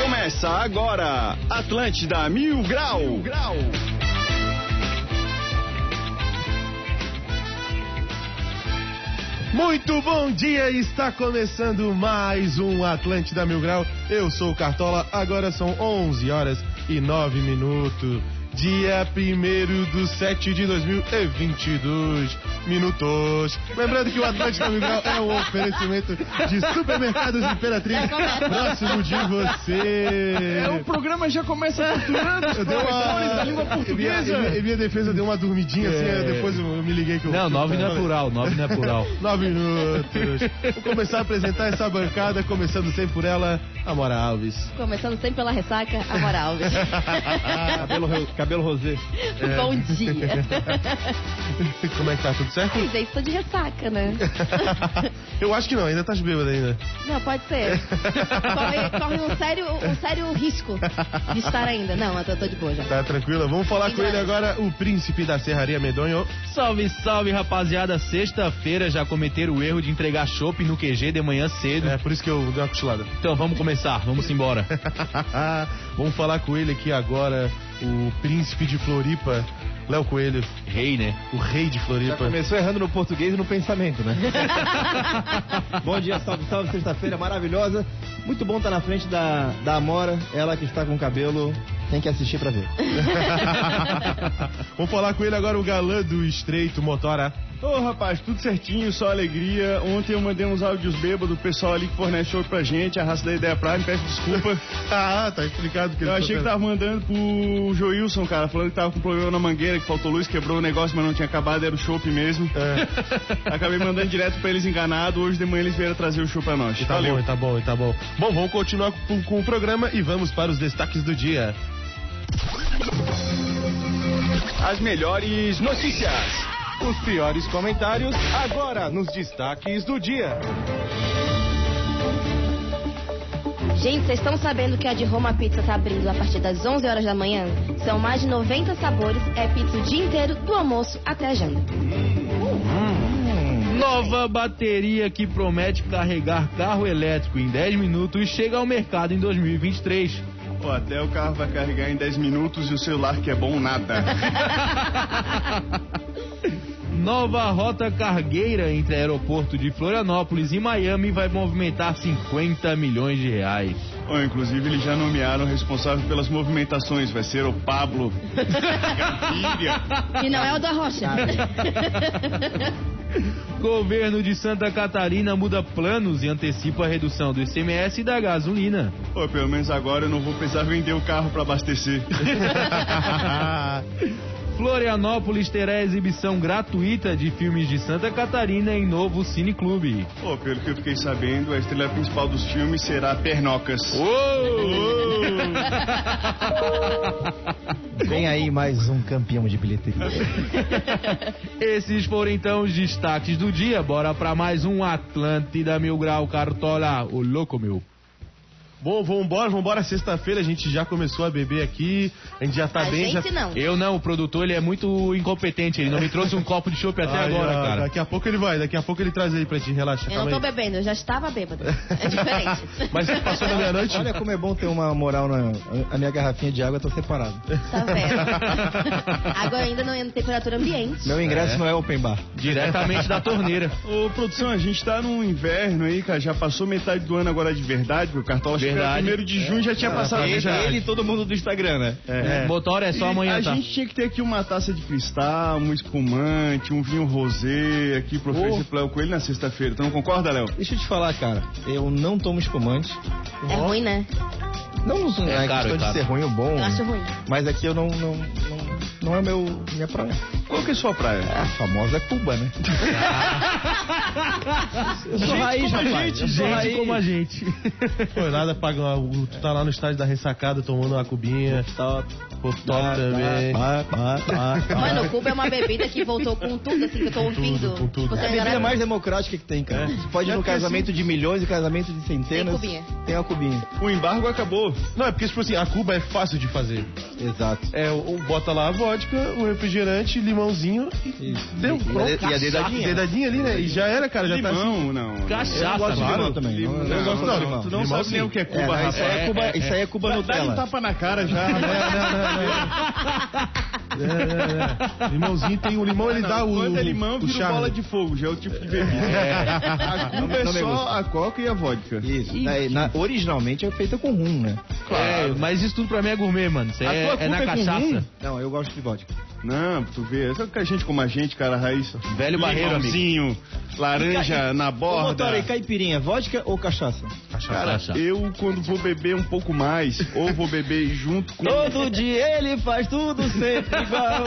Começa agora, Atlântida Mil Grau. Muito bom dia, está começando mais um Atlântida Mil Grau. Eu sou o Cartola, agora são 11 horas e 9 minutos. Dia 1 do 7 de 2022, minutos. Lembrando que o Atlântida Mil Grau é um oferecimento de supermercados Imperatriz, próximo de você. É, o programa já começa culturando os Eu dei professores da uma... língua Em minha, portuguesa. em minha- em minha defesa, deu uma dormidinha assim, aí depois eu me liguei que eu... É. Não, que eu nove não é falei. plural, nove não é plural. Nove minutos. Vou começar a apresentar essa bancada, começando sempre por ela, Amora Alves. Começando sempre pela ressaca, Amor Alves. cabelo, cabelo rosé. É. Bom dia. Como é que tá? Tudo certo? Mas aí estou de ressaca, né? Eu acho que não, ainda tá de bêbado ainda. Não, pode ser. Corre, corre um, sério, um sério risco de estar ainda. Não, eu tô, tô de boa já. Tá tranquila? Vamos falar com ele agora, o príncipe da Serraria Medonho. Salve, salve, rapaziada. Sexta-feira já cometeram o erro de entregar chopp no QG de manhã cedo. É por isso que eu dei uma cochilada. Então vamos começar, vamos embora. Vamos falar com ele aqui agora, o príncipe de Floripa, Léo Coelho, Rei, né? o rei de Floripa. errando no português e no pensamento, né? bom dia, salve, salve, sexta-feira maravilhosa. Muito bom estar na frente da, da Amora, ela que está com o cabelo, tem que assistir pra ver. Vamos falar com ele agora, o galã do Estreito, é. Motora. Ô rapaz, tudo certinho, só alegria. Ontem eu mandei uns áudios bêbados, o pessoal ali que fornece show pra gente, a raça da ideia Prime, peço desculpa. Ah, tá explicado que Eu achei que tava mandando pro Joilson, cara, falando que tava com problema na mangueira, que faltou luz, quebrou o negócio, mas não tinha acabado, era o chopp mesmo. É. Acabei mandando direto pra eles enganado, hoje de manhã eles vieram trazer o show pra nós. E tá bom, e tá bom, e tá bom. Bom, vamos continuar com, com o programa e vamos para os destaques do dia. As melhores notícias. Os piores comentários agora nos destaques do dia. Gente, vocês estão sabendo que a de Roma Pizza tá abrindo a partir das 11 horas da manhã? São mais de 90 sabores, é pizza o dia inteiro, do almoço até a janta. Nova bateria que promete carregar carro elétrico em 10 minutos chega ao mercado em 2023. Pô, até o carro vai carregar em 10 minutos e o celular que é bom nada. Nova rota cargueira entre aeroporto de Florianópolis e Miami vai movimentar 50 milhões de reais. Ó, inclusive, eles já nomearam o responsável pelas movimentações. Vai ser o Pablo Gaviria. E não é o da Rocha. Ah, Governo de Santa Catarina muda planos e antecipa a redução do ICMS e da gasolina. Pô, pelo menos agora eu não vou precisar vender o carro pra abastecer. Florianópolis terá exibição gratuita de filmes de Santa Catarina em novo cineclube. Pô, pelo que eu fiquei sabendo, a estrela principal dos filmes será Pernocas. Vem aí mais um campeão de bilheteria. Esses foram então os destaques do dia. Bora pra mais um Atlântida Mil Grau Cartola, o louco meu. Bom, vambora, vambora. Sexta-feira a gente já começou a beber aqui. A gente já tá a bem. gente já... não. Eu não, o produtor ele é muito incompetente, ele não me trouxe um copo de chopp até Ai, agora, ó, cara. Daqui a pouco ele vai, daqui a pouco ele traz aí pra gente, relaxa. Eu calma não tô aí. bebendo, eu já estava bêbada. É diferente. Mas você passou da meia-noite? Olha como é bom ter uma moral na a minha garrafinha de água, eu tô separado. Tá vendo? Agora ainda não é na temperatura ambiente. Meu ingresso não é open bar. Diretamente da torneira. Ô, produção, a gente tá num inverno aí, cara. Já passou metade do ano agora de verdade, porque o Cartola chegou Verdade. primeiro de junho já tinha É, passado. metade. É. e todo mundo do Instagram, né? É. Motor é só E amanhã, a tá? gente tinha que ter aqui uma taça de cristal, um espumante, um vinho rosé aqui pro Felipe Léo Coelho na sexta-feira. Tu não concorda, Léo? Deixa eu te falar, cara, eu não tomo espumante. É ruim, né? Não, não caro, é é, questão caro. de ser ruim ou bom. Eu acho ruim. Mas aqui eu não. Não, não, não é o meu, minha praia. Qual que é a sua praia? É a famosa Cuba, né? eu É sou raiz, rapaz. eu sou raiz. como a gente. Foi nada, paga uma- o- tu tá lá no estádio da ressacada tomando uma cubinha. Top. Pô, top também. Pá, pá, pá, pá. Mano, Cuba é uma bebida que voltou com tudo, assim, que eu tô ouvindo. com tudo. Tipo, tem uma É a bebida galera- mais democrática que tem, cara. Você pode ir num casamento de milhões e casamento de centenas. Tem cubinha. Tem uma cubinha. O embargo acabou. Não, é porque, tipo assim, a Cuba é fácil de fazer. Exato. É, o, o- bota lá a vodka, o refrigerante, limãozinho e deu. E a- pronto. e a dedadinha. Dedadinha ali, né? E já era, cara, já tá assim. Limão, não. Eu Cachaça, gosto de limão também. Limão. Não, eu Não, gosto de não, limão. tu não Limão sabe sim. nem o que é Cuba, É, rapaz. isso, aí é Cuba, isso aí é Cuba Dá-lhe um Nutella. tapa na cara já. É, é, é. Limãozinho tem o limão, ele Não, dá o. Quando é limão, o vira charme. Então, bola de fogo, já é o tipo de bebida. A Não Cuba me- é não me só gusta. a coca e a vodka. Isso. Daí, na- originalmente é feita com rum, né? É, mas isso tudo pra mim é gourmet, mano. Isso A é, tua é Cuba na é com rum? cachaça. Não, eu gosto de vodka. Não, tu vê, só que a gente como a gente, cara, raiz. Velho barreiro, amigo. Limãozinho, laranja na Ô, borda. Motora, e caipirinha, vodka ou cachaça? Cara, eu quando vou beber um pouco mais, ou vou beber junto com... Todo dia ele faz tudo sempre igual.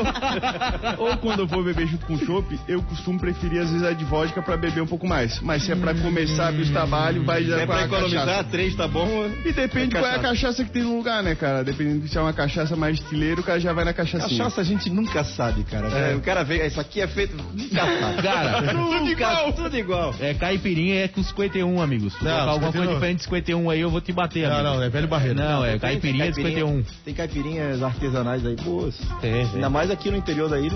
ou quando eu vou beber junto com o chopp, eu costumo preferir às vezes a de vodka pra beber um pouco mais. Mas se é pra começar a abrir os trabalhos, vai já É com pra a cachaça. economizar, três tá bom? E depende É qual é a cachaça que tem no lugar, né, cara? Dependendo se é uma cachaça mais estileiro, o cara já vai na cachaça. Cachaça a gente nunca sabe, cara. O cara vê, isso aqui é feito. Nunca sabe. Cara, tudo igual. Tudo igual. é caipirinha é com 51, amigos. Se Não, colocar alguma 51. coisa diferente de 51 aí, eu vou te bater, Não, amigo. não, é velho barreiro. Não, é caipirinha um. de 51. Tem caipirinhas artesanais aí boas. Tem, Ainda mais aqui no interior da ilha.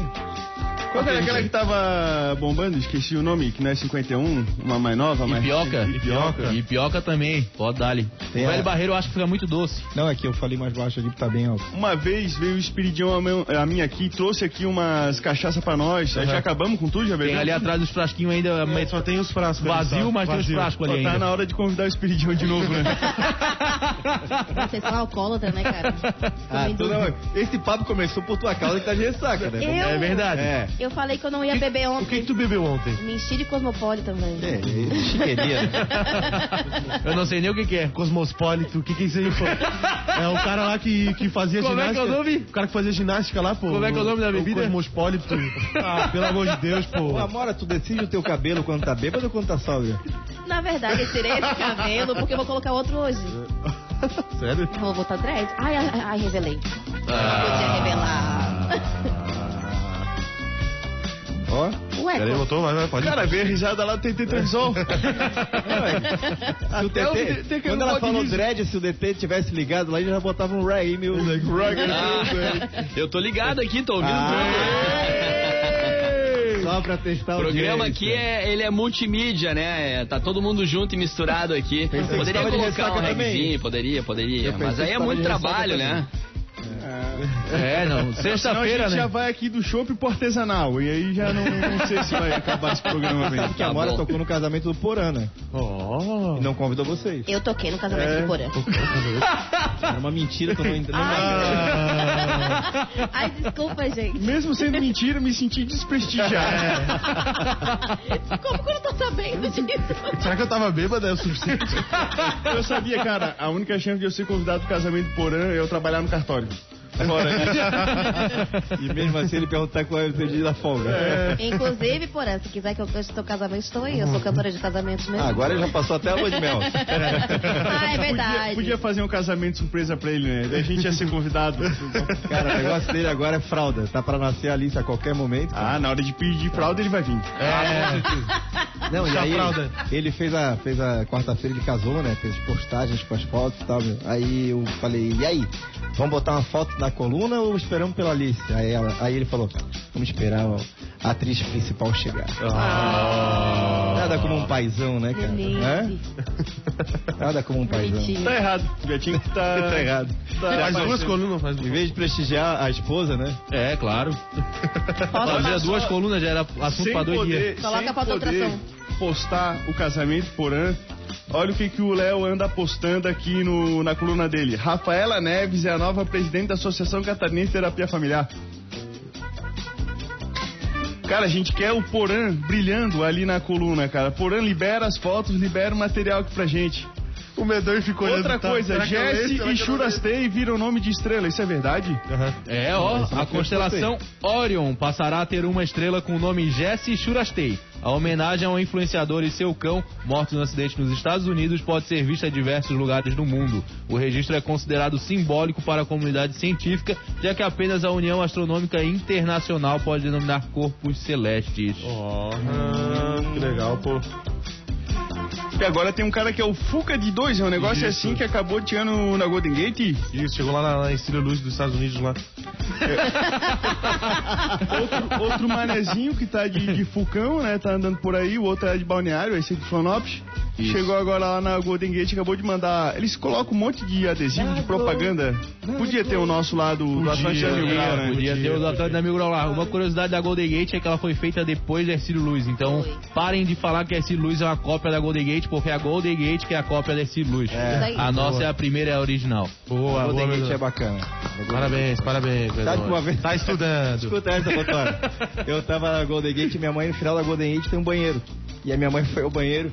Qual que era aquela que tava bombando? Esqueci o nome, que não é 51, uma mais nova, mas. Ipioca. Ipioca. Ipioca também, pode dar ali. O Tem é. velho a- barreiro eu acho que fica muito doce. Não, aqui eu falei mais baixo ali, tá bem alto. Uma vez veio o Espiridião a meu- a minha aqui, trouxe aqui umas cachaça pra nós. Aí Já acabamos com tudo, já né? Tem bebeu? ali atrás dos frasquinhos ainda É, mas só tem os frascos. ali, vazio, só. mas tem os Vazio. frascos Só ali tá ainda. na hora de convidar o Espiridião de novo, né? Vocês são alcoólatra, né, cara? Tô Ah, em tu dúvida. não- esse papo começou por tua causa que tá de ressaca, né? Eu- É verdade. É. Eu falei que eu não ia beber O que, ontem. que tu bebeu ontem? Me enchi de cosmopolitan, velho. É, é, chiqueria. né? Eu não sei nem o que, que é. Cosmospólito, o que que isso aí foi? É o cara lá que, que fazia Como é que é o ginástica. nome? O cara que fazia ginástica lá, pô. Como é que é o nome da bebida? Cosmospólito. Ah, pelo amor de Deus, pô. Ô, Amora, tu decide o teu cabelo quando tá bêbado ou quando tá sóbrio? Na verdade, eu tirei esse cabelo porque eu vou colocar outro hoje. Sério? Ah. Vou voltar atrás. Ai, ai, ai, ai, revelei. Não podia revelar. Ó. Ué, Peraí, co- voltou, vai, vai, pode. cara, veio a risada lá, tem tetranzol. Se o Até o TT, DT que quando não ela pode falou dizer. dread, se o DT tivesse ligado lá, ele já botava um reggae é Ah, music. Ah. Eu tô ligado aqui, tô ouvindo. Ah. É. Só pra testar o o programa aqui é, ele é multimídia, né? É, tá todo mundo junto e misturado aqui. Pensei que Poderia tava de colocar um ressaca também. regzinho, poderia, poderia. Eu pensei Mas que aí é tava muito de ressaca trabalho, também. né? É, não. Senão a Sexta-feira, gente já né? vai aqui do chopp pro artesanal. E aí já não, não sei se vai acabar esse programa bem. Sabe que Tá a Amora bom. tocou no casamento do Porana. Oh. E não convidou vocês. eu toquei no casamento do Porã. Era É uma mentira que eu não entendi. Ah, Ai, ai, desculpa, gente. Mesmo sendo mentira, me senti desprestigiado. Como que eu não tô sabendo disso? Será que eu tava bêbada? É o suficiente? Eu sabia, cara, a única chance de eu ser convidado pro casamento do Porã é eu trabalhar no cartório. Agora, E mesmo assim ele perguntar qual é o teu dia da folga. É. Inclusive, Porã, se quiser que eu cante teu casamento, estou aí. Eu sou cantora de casamentos mesmo. Ah, agora já passou até a lua de mel. Ah, é verdade. podia, podia fazer um casamento surpresa pra ele, né? Daí a gente ia ser convidado. Cara, o negócio dele agora é fralda. Tá pra nascer a Alice a qualquer momento. Ah, na hora de pedir fralda ele vai vir. É. Não, e Puxa aí a fralda. ele, ele fez a, fez a quarta-feira, ele casou, né? Fez postagens com as fotos e tal. meu. Aí eu falei, e aí? Vamos botar uma foto na coluna ou esperamos pela Alice? Aí, ela- aí ele falou, vamos esperar a atriz principal chegar. Ah. É, Nada como um paizão, né, cara? Denise. Hã? Nada como um paizão. Bonitinho. Tá errado. Já tinha que tá... Tá errado. Faz duas colunas, faz Em duas. vez de prestigiar a esposa, né? É, claro. Fazia duas colunas, já era assunto Sem pra dois dias. poder, Coloca sem pra tua poder postar o casamento Porã. Olha o que, que o Léo anda postando aqui no, na coluna dele. Rafaela Neves é a nova presidente da Associação Catarinense de Terapia Familiar. Cara, a gente quer o Porã brilhando ali na coluna, cara. Porã libera as fotos, libera o material aqui pra gente. O medonho ficou Outra olhando, tá? coisa, Será que eu leio? Jesse Será e que eu não leio? Churastei viram nome de estrela, isso é verdade? Aham. É, ó, a constelação Orion passará a ter uma estrela com o nome Jesse Churastei. A homenagem ao influenciador e seu cão, mortos no acidente nos Estados Unidos, pode ser vista em diversos lugares do mundo. O registro é considerado simbólico para a comunidade científica, já que apenas a União Astronômica Internacional pode denominar corpos celestes. Ó, que legal, pô. E agora tem um cara que é o Fuca de dois, é um negócio Isso. assim que acabou de ano na Golden Gate. Isso, chegou lá na, na Estrela Luz dos Estados Unidos lá. Outro, outro manezinho que tá de, de Fucão, né? Tá andando por aí, o outro é de Balneário, esse é de Florianópolis. Chegou agora lá na Golden Gate, acabou de mandar. Eles colocam um monte de adesivo de propaganda. Podia ter o nosso lá do, do Atlântico Podia, Mil Grau, cara, né? Podia ter o podia. Atlântico da Mil Grau lá. Uma curiosidade da Golden Gate é que ela foi feita depois da Ercílio Luz. Então, Foi. parem de falar que a Ercílio Luz é uma cópia da Golden Gate, porque é a Golden Gate que é a cópia da Ercílio Luz. Isso aí. A nossa é a primeira, é a original. Boa, boa, Golden Gate é meu. bacana. Parabéns, parabéns, Tá de Pedro. uma vez. Tá estudando. Escuta essa, doutora. Eu tava na Golden Gate e minha mãe, no final da Golden Gate, tem um banheiro. E a minha mãe foi ao banheiro.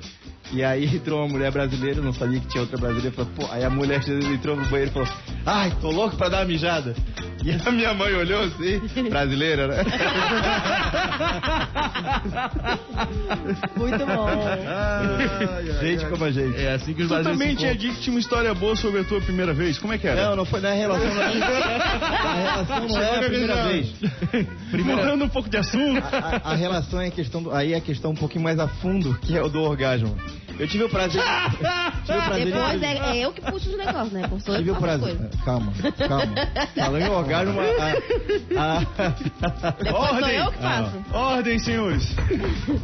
E aí entrou uma mulher brasileira, não sabia que tinha outra brasileira. Falou, pô, aí a mulher entrou no banheiro e falou: Ai, tô louco pra dar uma mijada. E a minha mãe olhou assim, brasileira, né? Muito Ah, bom. gente como a gente. É assim que os brasileiros Tu se também tinha encontram. dito que tinha uma história boa sobre a tua primeira vez. Como é que era? Não, não foi na relação. Na relação não é a primeira vez. Mudando um pouco de assunto. A, a relação é a questão. do- Aí é a questão um pouquinho mais a fundo, que é o do orgasmo. Eu tive o prazer. tive o prazer Depois de- é, é eu que puxo os negócios, né? Por sou eu que Tive o faço as prazer. coisas. Calma, calma. Falando em orgasmo, a. a, Depois sou eu que faço. Ordem, senhores.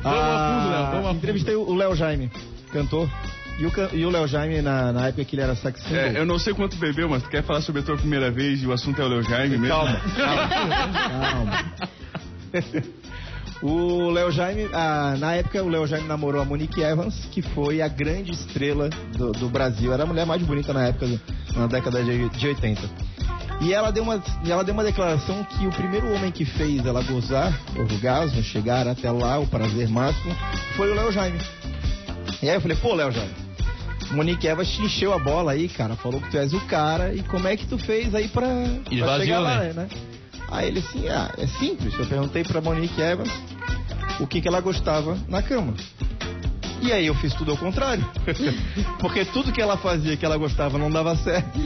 a, Entrevistei o Léo Jaime, cantor. E o, can- e o Léo Jaime, na, na época que ele era sax symbol. É, eu não sei quanto bebeu, mas tu quer falar sobre a tua primeira vez e o assunto é o Leo Jaime mesmo? Calma, calma. O Léo Jaime, ah, na época, o Léo Jaime namorou a Monique Evans, que foi a grande estrela do, do Brasil. Era a mulher mais bonita na época, do- na década de, de 80. E ela deu, uma, e ela deu uma declaração que o primeiro homem que fez ela gozar, o orgasmo, chegar até lá, o prazer máximo, foi o Léo Jaime. E aí eu falei, pô, Léo Jaime, Monique Evans te encheu a bola aí, cara, falou que tu és o cara, e como é que tu fez aí pra, pra Esvaziou, chegar lá, né? né? Aí ele assim, ah, é simples. Eu perguntei pra Monique Evans o que, que ela gostava na cama. E aí eu fiz tudo ao contrário. Porque tudo que ela fazia que ela gostava não dava certo.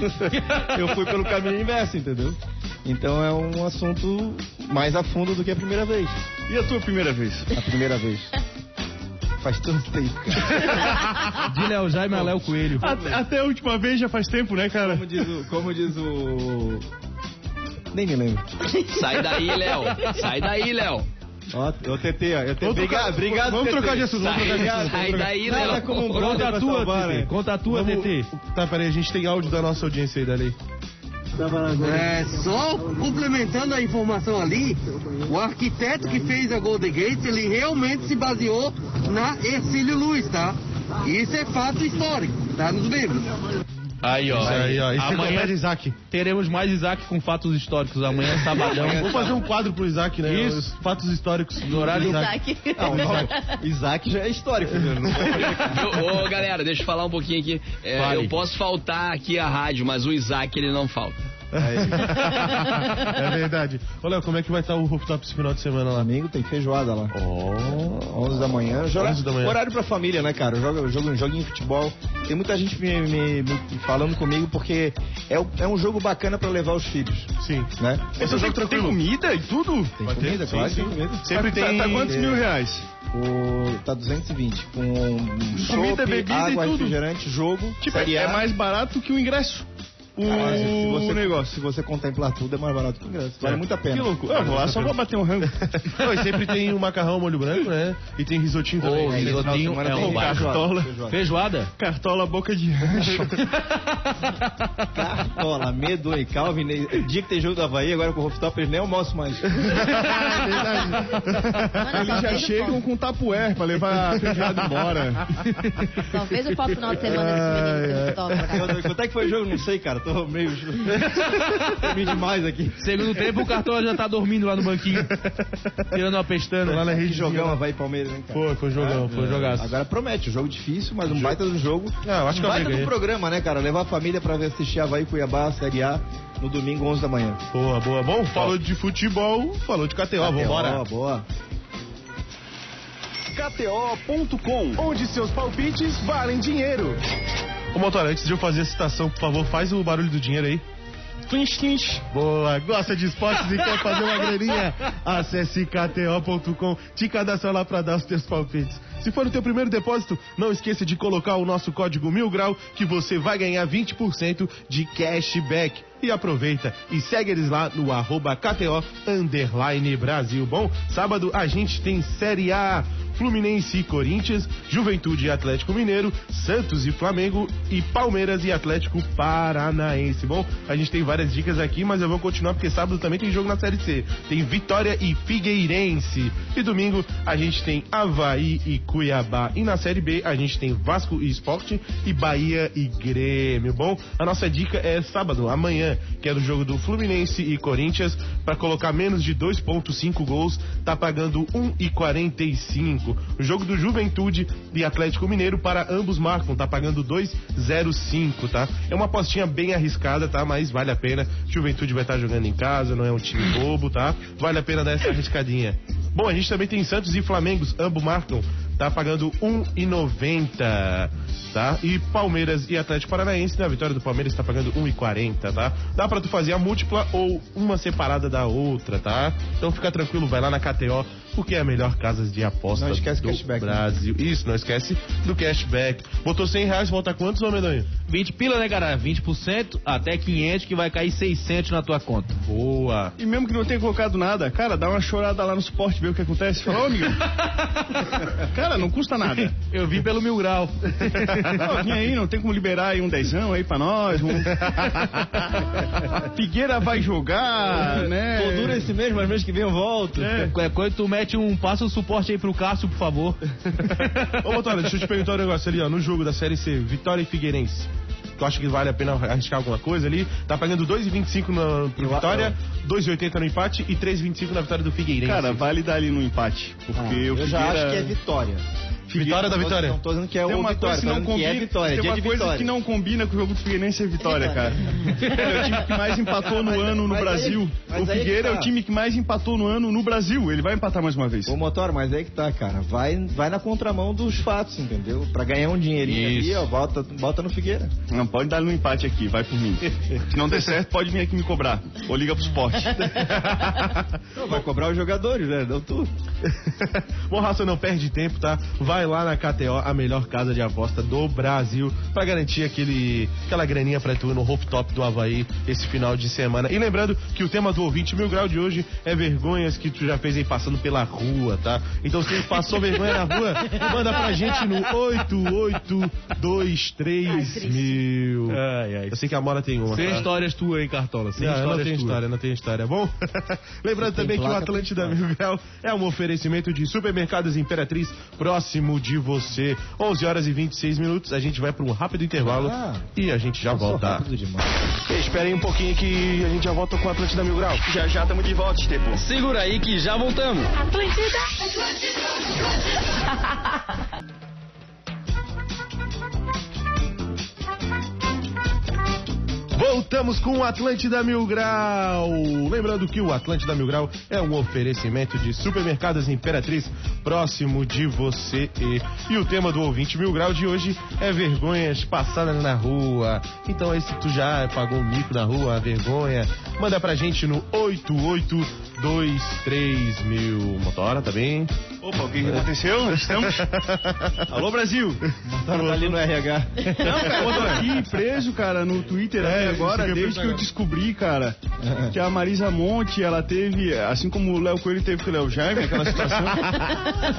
Eu fui pelo caminho inverso, entendeu? Então é um assunto mais a fundo do que a primeira vez. E a tua primeira vez? A primeira vez. Faz tanto tempo, cara. De Léo é Jaime a Léo Coelho. Até, até a última vez já faz tempo, né, cara? Como diz o. Como diz o... Nem me lembro. Sai daí, Léo. Sai daí, Léo. Ó, eu tentei, ó. Eu tentei. Vamos trocar- Obrigado, obrigado. vamos TT. trocar de assunto, vamos trocar de Sai, assunto. sai daí, Nada Léo. como um brother é Conta a pra tua, salvar, TT. né? Conta a tua, Vamos- TT. Tá, peraí, a gente tem áudio da nossa audiência aí, Dali. É, só complementando a informação ali, o arquiteto que fez a Golden Gate, ele realmente se baseou na Ercílio Luz, tá? Isso é fato histórico, tá nos livros. Aí, ó. Isso aí, é ó. Amanhã Enciclopédia Isaac. teremos mais Isaac com fatos históricos. Amanhã, é sabadão. Vamos fazer um quadro pro Isaac, né? Isso. Os fatos históricos do horário Isaac. Isaac. Ah. Não, não. Isaac já é histórico, né? Não pode- Ô, ô, galera, deixa eu falar um pouquinho aqui. É, Fale. eu posso faltar aqui a rádio, mas o Isaac ele não falta. É verdade. Ô, Léo, como é que vai estar o rooftop esse final de semana lá? Domingo tem feijoada lá. Oh. 11 da manhã. Joga, 11 da manhã. Horário pra família, né, cara? Eu jogo, eu jogo um joguinho de futebol. Tem muita gente me, me- me falando comigo porque é, o- é um jogo bacana pra levar os filhos, Sim. né? Esse é jogo tem comida e tudo? Tem Vai ter? comida, Sim, claro. sim. tem comida. Sempre tá, tem. Tá quantos é, mil reais? O, tá 220 com um Comida, chopp, bebida e água, tudo. refrigerante, jogo. Tipo, Série é A. mais barato que o ingresso. O, Cara, se você- o Um negócio. Se você contemplar tudo, é mais barato que o ingresso. Vale muito a pena. Que loucura. Eu vou lá só pra bater um rango. Não, e sempre tem o macarrão molho branco, né? E tem risotinho Ô, também. né? risotinho Final de semana é tem um risotinho. baixo. Cartola. Feijoada? Cartola boca de rancho. Cartola, Medo e Calvin. né? Dia que tem jogo do Havaí, agora com o Rooftop eles nem almoçam mais. Mano, só Eles já fez o chegam pop. com tapuer pra levar a feijoada embora. Só fez o pop final de semana desse menino que topa, cara. Eu- Quanto é que foi o jogo? Não sei, cara. Tô meio. Dormi demais aqui. Segundo tempo, o Cartola já tá dormindo lá no banquinho. Tirando uma pestana. Lá na Que rede jogão jogão. Havaí e Palmeiras, hein, cara? Foi, foi um jogão, foi um jogaço. Ah, é. Agora promete, um jogo difícil, mas um baita do jogo. Ah, eu acho que um eu baita do ganhei. programa, né, cara? Levar a família pra ver assistir Havaí e Cuiabá, Série A, no domingo, 11 da manhã. Boa, boa. Bom, falou de futebol, falou de KTO, vambora. Boa, boa. Onde seus palpites valem dinheiro. Ô, motor, antes de eu fazer a citação, por favor, faz o barulho do dinheiro aí. Clinch, clinch. Boa, gosta de esportes e quer fazer uma graninha? Acesse kto.com, te cadastra lá para dar os teus palpites. Se for o teu primeiro depósito, não esqueça de colocar o nosso código mil grau que você vai ganhar 20% de cashback. E aproveita e segue eles lá no arroba KTO underline Brasil. Bom, sábado a gente tem Série A, Fluminense e Corinthians, Juventude e Atlético Mineiro, Santos e Flamengo e Palmeiras e Atlético Paranaense. Bom, a gente tem várias dicas aqui, mas eu vou continuar porque sábado também tem jogo na Série C. Tem Vitória e Figueirense. E domingo a gente tem Havaí e Cuiabá. E na Série B a gente tem Vasco e Esporte e Bahia e Grêmio. Bom, a nossa dica é sábado, amanhã, que é do jogo do Fluminense e Corinthians, para colocar menos de 2.5 gols, tá pagando 1,45. O jogo do Juventude e Atlético Mineiro para ambos marcam, tá pagando 2,05, tá? É uma apostinha bem arriscada, tá? Mas vale a pena. Juventude vai estar jogando em casa, não é um time bobo, tá? Vale a pena dar essa arriscadinha. Bom, a gente também tem Santos e Flamengo, ambos marcam tá pagando 1,90, tá? E Palmeiras e Atlético Paranaense, na vitória do Palmeiras tá pagando 1,40, tá? Dá pra tu fazer a múltipla ou uma separada da outra, tá? Então fica tranquilo, vai lá na KTO, porque é a melhor casa de aposta Não esquece do cashback, né? Brasil. Isso, não esquece do cashback. Botou 100 reais, volta quantos, ô Medonho? 20 pila, né, cara? 20% até 500 que vai cair 600 na tua conta. Boa. E mesmo que não tenha colocado nada, cara, dá uma chorada lá no suporte, vê o que acontece. Fala, ô, amigo. cara, não custa nada. Eu vi pelo mil grau. Não, vem aí, não tem como liberar aí um dezão aí pra nós. Um... Figueira vai jogar, né? Tô duro É. esse mês, mas mês que vem eu volto. É coisa tu mete um passa o suporte aí pro Cássio, por favor. Ô, Motora, deixa eu te perguntar um negócio ali, ó. No jogo da Série C, Vitória e Figueirense. Tu acha que vale a pena arriscar alguma coisa ali? Tá pagando 2,25 na- pro Vitória, 2,80 no empate e 3,25 na vitória do Figueirense. Cara, vale dar ali no empate. Porque Ah, o Figueira... eu já acho que é vitória. vitória da Não tô- vitória. Não tô dizendo que é Tem o uma vitória, coisa que não tô dizendo que combina, é vitória, tem dia uma de coisa vitória. que Então. não combina com o jogo do Figueirense é Vitória, cara. É o time que mais empatou no ano no mas aí- Brasil. o mas aí que Figueira é tá. o time que mais empatou no ano no Brasil. Ele vai empatar mais uma vez. Ô motor, mas aí que tá, cara. Vai, vai na contramão dos fatos, entendeu? Pra ganhar um dinheirinho Isso. ali, ó, bota, bota no Figueira. Não pode dar no empate aqui, vai por mim. Se não der certo, pode vir aqui me cobrar. Ou liga pro esporte. Vai cobrar os jogadores, né? Não tu. Bom, raça, não perde tempo, tá? Vai lá na KTO, a melhor casa de aposta do Brasil, pra garantir aquele, aquela graninha pra tu no Hope Top do Havaí esse final de semana. E lembrando que o tema do ouvinte mil grau de hoje é vergonhas que tu já fez aí passando pela rua, tá? Então se passou vergonha na rua, manda pra gente no 8823000. mil. Ai, ai. Eu sei que a Mora tem uma. Sem tá? histórias tuas, hein, Cartola? Sem Não, não histórias tem tuas. história, não tem história. Bom, lembrando também que o placa, Atlântida Mil Grau é um oferecimento de supermercados Imperatriz próximo de você. 11 horas e 26 minutos, a gente vai para um rápido intervalo Ah. e a gente já Eu sou Tá. volta. rápido demais. Esperem um pouquinho que a gente já volta com o Atlântida Mil Grau. já já estamos de volta, Estevão. Segura aí que já voltamos. Voltamos com o Atlântida Mil Grau. Lembrando que o Atlântida Mil Grau é um oferecimento de supermercados Imperatriz próximo de você. E, e o tema do ouvinte Mil Grau de hoje é vergonhas passadas na rua. Então, aí se tu já pagou o mico na rua, a vergonha, manda pra gente no 8823000. mil. Motora, tá bem? Opa, o que, que aconteceu? Estamos. Alô, Brasil! Tá ali no RH. Não, cara, eu tô aqui preso, cara, no Twitter até agora, isso que eu ia desde que eu perguntar. descobri, cara, que a Marisa Monte, ela teve, assim como o Léo Coelho teve com o Léo Jaime, aquela situação,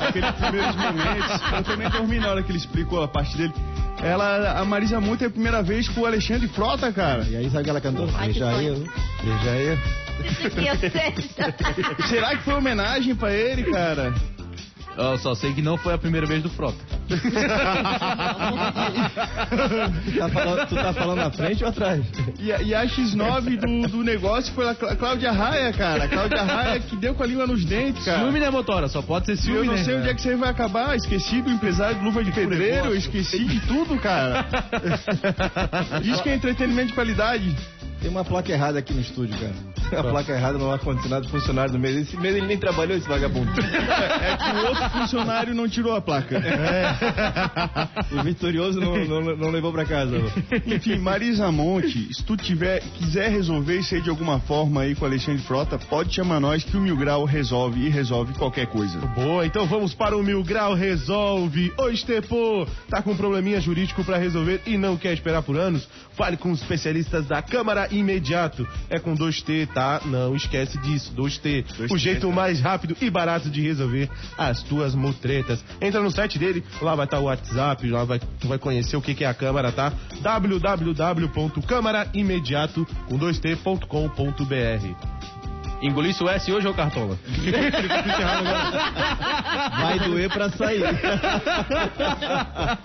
aqueles primeiros momentos. Eu também dormi na hora que ele explicou a parte dele. Ela, a Marisa Monte é a primeira vez com o Alexandre Frota, cara. E aí sabe o que ela cantou? Ai, que Veja sonho. eu, veja eu. Eu sei. Será que foi homenagem pra ele, cara? Eu só sei que não foi a primeira vez do Frota. Tu tá falando, tu tá falando na frente ou atrás? E, a- e a X9 do, do negócio foi a Clá- Cláudia Raia, cara. A Cláudia Raia que deu com a língua nos dentes, cara. Ciúme, né, Motora? Só pode ser E ciúme, eu não né? sei onde é que você vai acabar. Esqueci do empresário de luva de pedreiro, esqueci de tudo, cara. Isso que é entretenimento de qualidade. Tem uma placa errada aqui no estúdio, cara. a Tá. placa errada no ar-condicionado do funcionário do mês. Esse mês ele nem trabalhou, esse vagabundo. O outro funcionário não tirou a placa. O vitorioso não, não, não levou pra casa. Enfim, Marisa Monte, se tu tiver, quiser resolver isso aí de alguma forma aí com o Alexandre Frota, pode chamar nós que o Mil Grau resolve e resolve qualquer coisa. Boa, então vamos para o Mil Grau Resolve. Ô Estepô, tá com um probleminha jurídico para resolver e não quer esperar por anos? Fale com os especialistas da Câmara imediato. É com 2T, tá? Não esquece disso, 2T. o jeito mais rápido e barato de resolver as tuas mutretas. Entra no site dele, lá vai estar o WhatsApp, lá vai, tu vai conhecer o que, que é a Câmara, tá? www.câmaraimediato com 2T.com.br. Engolisse o S hoje ou Cartola? Vai doer pra sair.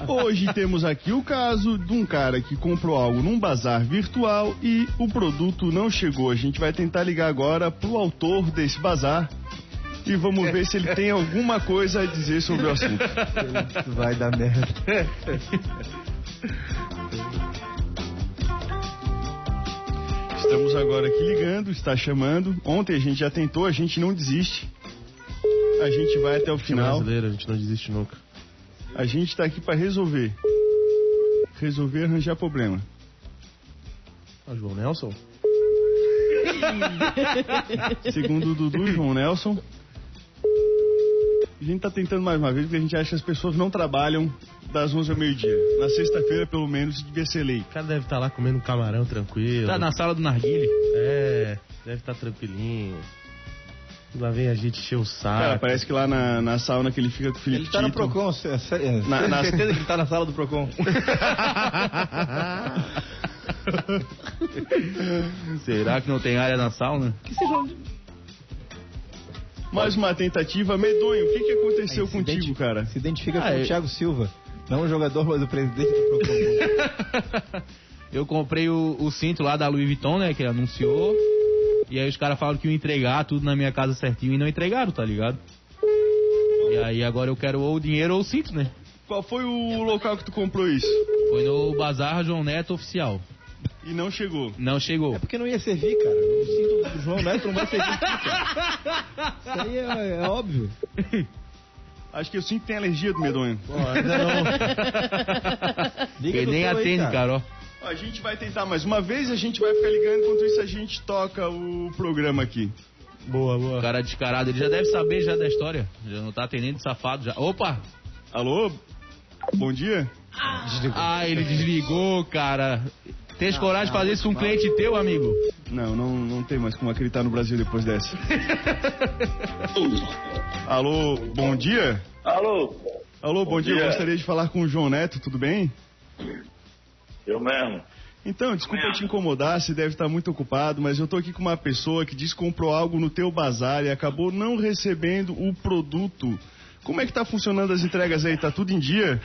Hoje temos aqui o caso de um cara que comprou algo num bazar virtual e o produto não chegou. A gente vai tentar ligar agora pro autor desse bazar e vamos ver se ele tem alguma coisa a dizer sobre o assunto. Vai dar merda. Tá Estamos agora aqui ligando, está chamando. Ontem a gente já tentou, a gente não desiste. A gente vai até o final. Brasileiro, a gente não desiste nunca. A gente tá aqui pra resolver. Resolver e arranjar problema. Ah, João Nelson? Segundo o Dudu e João Nelson. A gente tá tentando mais uma vez porque a gente acha que as pessoas não trabalham das 11 ao meio-dia. Na sexta-feira, pelo menos, devia ser lei. O cara deve estar lá comendo um camarão tranquilo. Tá na sala do narguile. É, deve estar tranquilinho. Lá vem a gente encher o Cara, saco. parece que lá na, na sauna que ele fica com o Felipe Ah. Ele tá no Tito. Procon, é sério. Na- na- Certeza que ele tá na sala do Procon. Será que não tem área na sauna? Mais uma tentativa. Medonho, o que, que aconteceu contigo, cara? Se identifica Ah, com eu- o Thiago Silva. Não o jogador, mas o presidente do Procon. Eu comprei o, o cinto lá da Louis Vuitton, né? Que ele anunciou. E aí os caras falaram que iam entregar tudo na minha casa certinho e não entregaram, tá ligado? E aí agora eu quero ou o dinheiro ou o cinto, né? Qual foi o local que tu comprou isso? Foi no Bazar João Neto Oficial. E não chegou. Não chegou. É porque não ia servir, cara. O cinto do João Neto não vai servir. aqui, cara. Isso aí é, é óbvio. Acho que eu sinto que tem alergia do medonho. Liga Ele no nem teu aí, atende, cara, ó. A gente vai tentar mais uma vez, a gente vai ficar ligando, enquanto isso a gente toca o programa aqui. Boa, boa. O cara é descarado, ele já deve saber já da história. Já não tá atendendo de safado já. Opa! Alô? Bom dia? Ah, ele desligou, cara. Tens coragem de fazer isso com um cliente teu, amigo? Não, não, não tem mais como acreditar no Brasil depois dessa. Alô, bom dia? Alô, Alô, bom, dia. dia. Eu gostaria de falar com o João Neto, tudo bem? eu mesmo. Então, desculpa te incomodar, você deve estar muito ocupado, mas eu tô aqui com uma pessoa que diz que comprou algo no teu bazar e acabou não recebendo o produto. Como é que tá funcionando as entregas aí? Tá tudo em dia?